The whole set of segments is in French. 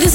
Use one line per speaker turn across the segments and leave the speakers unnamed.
this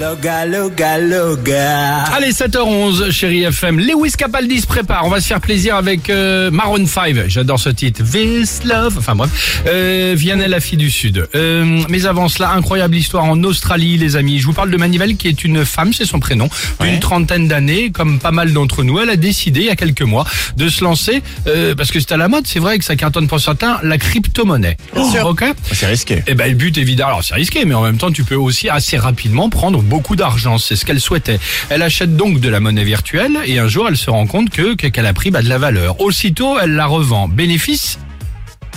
Loga, loga, loga.
Allez, 7h11, chérie FM. Lewis Capaldi se prépare. On va se faire plaisir avec euh, Maroon 5. J'adore ce titre. This Love. Enfin bref. Euh, Vianney, la fille du Sud. Euh, mais avant cela, incroyable histoire en Australie, les amis. Je vous parle de Manivel, qui est une femme, c'est son prénom, d'une trentaine d'années, comme pas mal d'entre nous. Elle a décidé, il y a quelques mois, de se lancer, euh, parce que c'est à la mode, c'est vrai que ça cartonne pour certains, la crypto-monnaie. Ok
C'est risqué.
Eh ben, le but, évidemment, alors c'est risqué, mais en même temps, tu peux aussi assez rapidement prendre beaucoup d'argent. C'est ce qu'elle souhaitait. Elle achète donc de la monnaie virtuelle et un jour, elle se rend compte que que- qu'elle a pris bah, de la valeur. Aussitôt, elle la revend. Bénéfice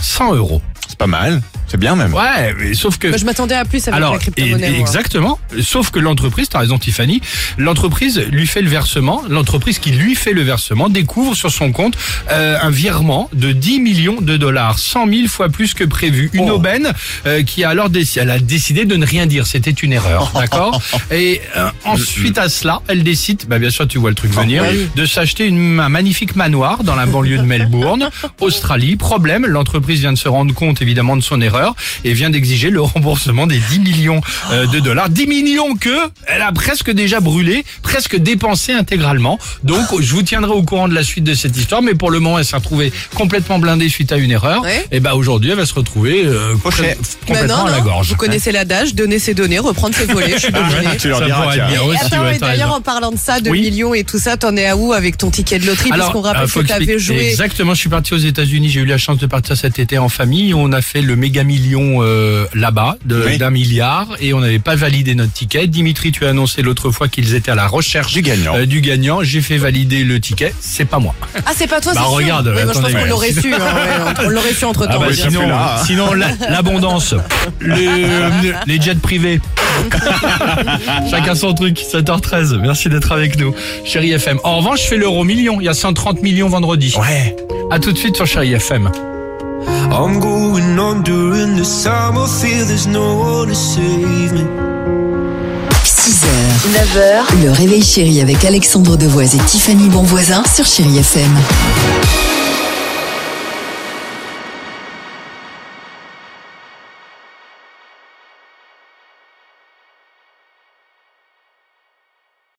100 euros.
C'est pas mal. C'est bien même.
Ouais, mais sauf que.
Bah, Je m'attendais à plus avec
Alors,
la
et-
crypto-monnaie. moi.
exactement. Sauf que l'entreprise, t'as raison Tiffany, l'entreprise lui fait le versement, l'entreprise qui lui fait le versement découvre sur son compte euh, un virement de 10 millions de dollars, 100 000 fois plus que prévu. Une aubaine euh, qui a alors déci- elle a décidé de ne rien dire, c'était une erreur, d'accord Et euh, ensuite à cela, elle décide, bah bien sûr tu vois le truc venir, de s'acheter une- un magnifique manoir dans la banlieue de Melbourne, Australie. Problème, l'entreprise vient de se rendre compte évidemment de son erreur et vient d'exiger le remboursement des 10 millions euh, de dollars. 10 millions que elle a presque déjà brûlé, presque dépensé intégralement. Donc je vous tiendrai au courant de la suite de cette histoire, mais pour le moment elle s'est retrouvée complètement blindée suite à une erreur.
Ouais.
Et bah aujourd'hui elle va se retrouver euh, complè-
Bah
complètement
non,
à la
non,
gorge.
Vous connaissez l'adage, donner ses données, reprendre ses volets. Je suis désolée.
Ah, tu leur
Ça
diras,
pourrait
tiens.
être bien
Et
aussi,
attends,
ouais,
et
t'as
d'ailleurs,
raison.
en parlant de ça, de
Oui.
millions et tout ça, t'en es à où avec ton ticket de loterie Parce qu'on rappelle
euh, faut
que t'avais
expliquer.
joué.
Exactement, je suis parti aux États-Unis, j'ai eu la chance de partir cet été en famille. On a fait le méga million euh, là-bas, de-
Oui.
d'un milliard, et on n'avait pas validé notre ticket. Dimitri, tu as annoncé l'autre fois qu'ils étaient à la recherche
Du gagnant.
euh, du gagnant. J'ai fait valider le ticket, c'est pas moi.
Ah, c'est pas toi,
Bah,
c'est sûr.
regarde,
Ouais, moi, je
attendez,
pense qu'on
ouais. Ah,
l'aurait su. hein, ouais, on l'aurait su entre temps.
bah,
bien
sinon-
sûr.
là, hein.
Euh, sinon la- l'abondance, Le- euh, les jets privés. Chacun son truc, 7h13, merci d'être avec nous. Chérie FM. En revanche, je fais l'euro million, il y a 130 millions vendredi.
Ouais.
À tout de suite sur Chérie FM.
I'm going on during the summer, feel there's no one to save me.
6h, 9h, le réveil chéri avec Alexandre Devoise et Tiffany Bonvoisin sur Chérie FM.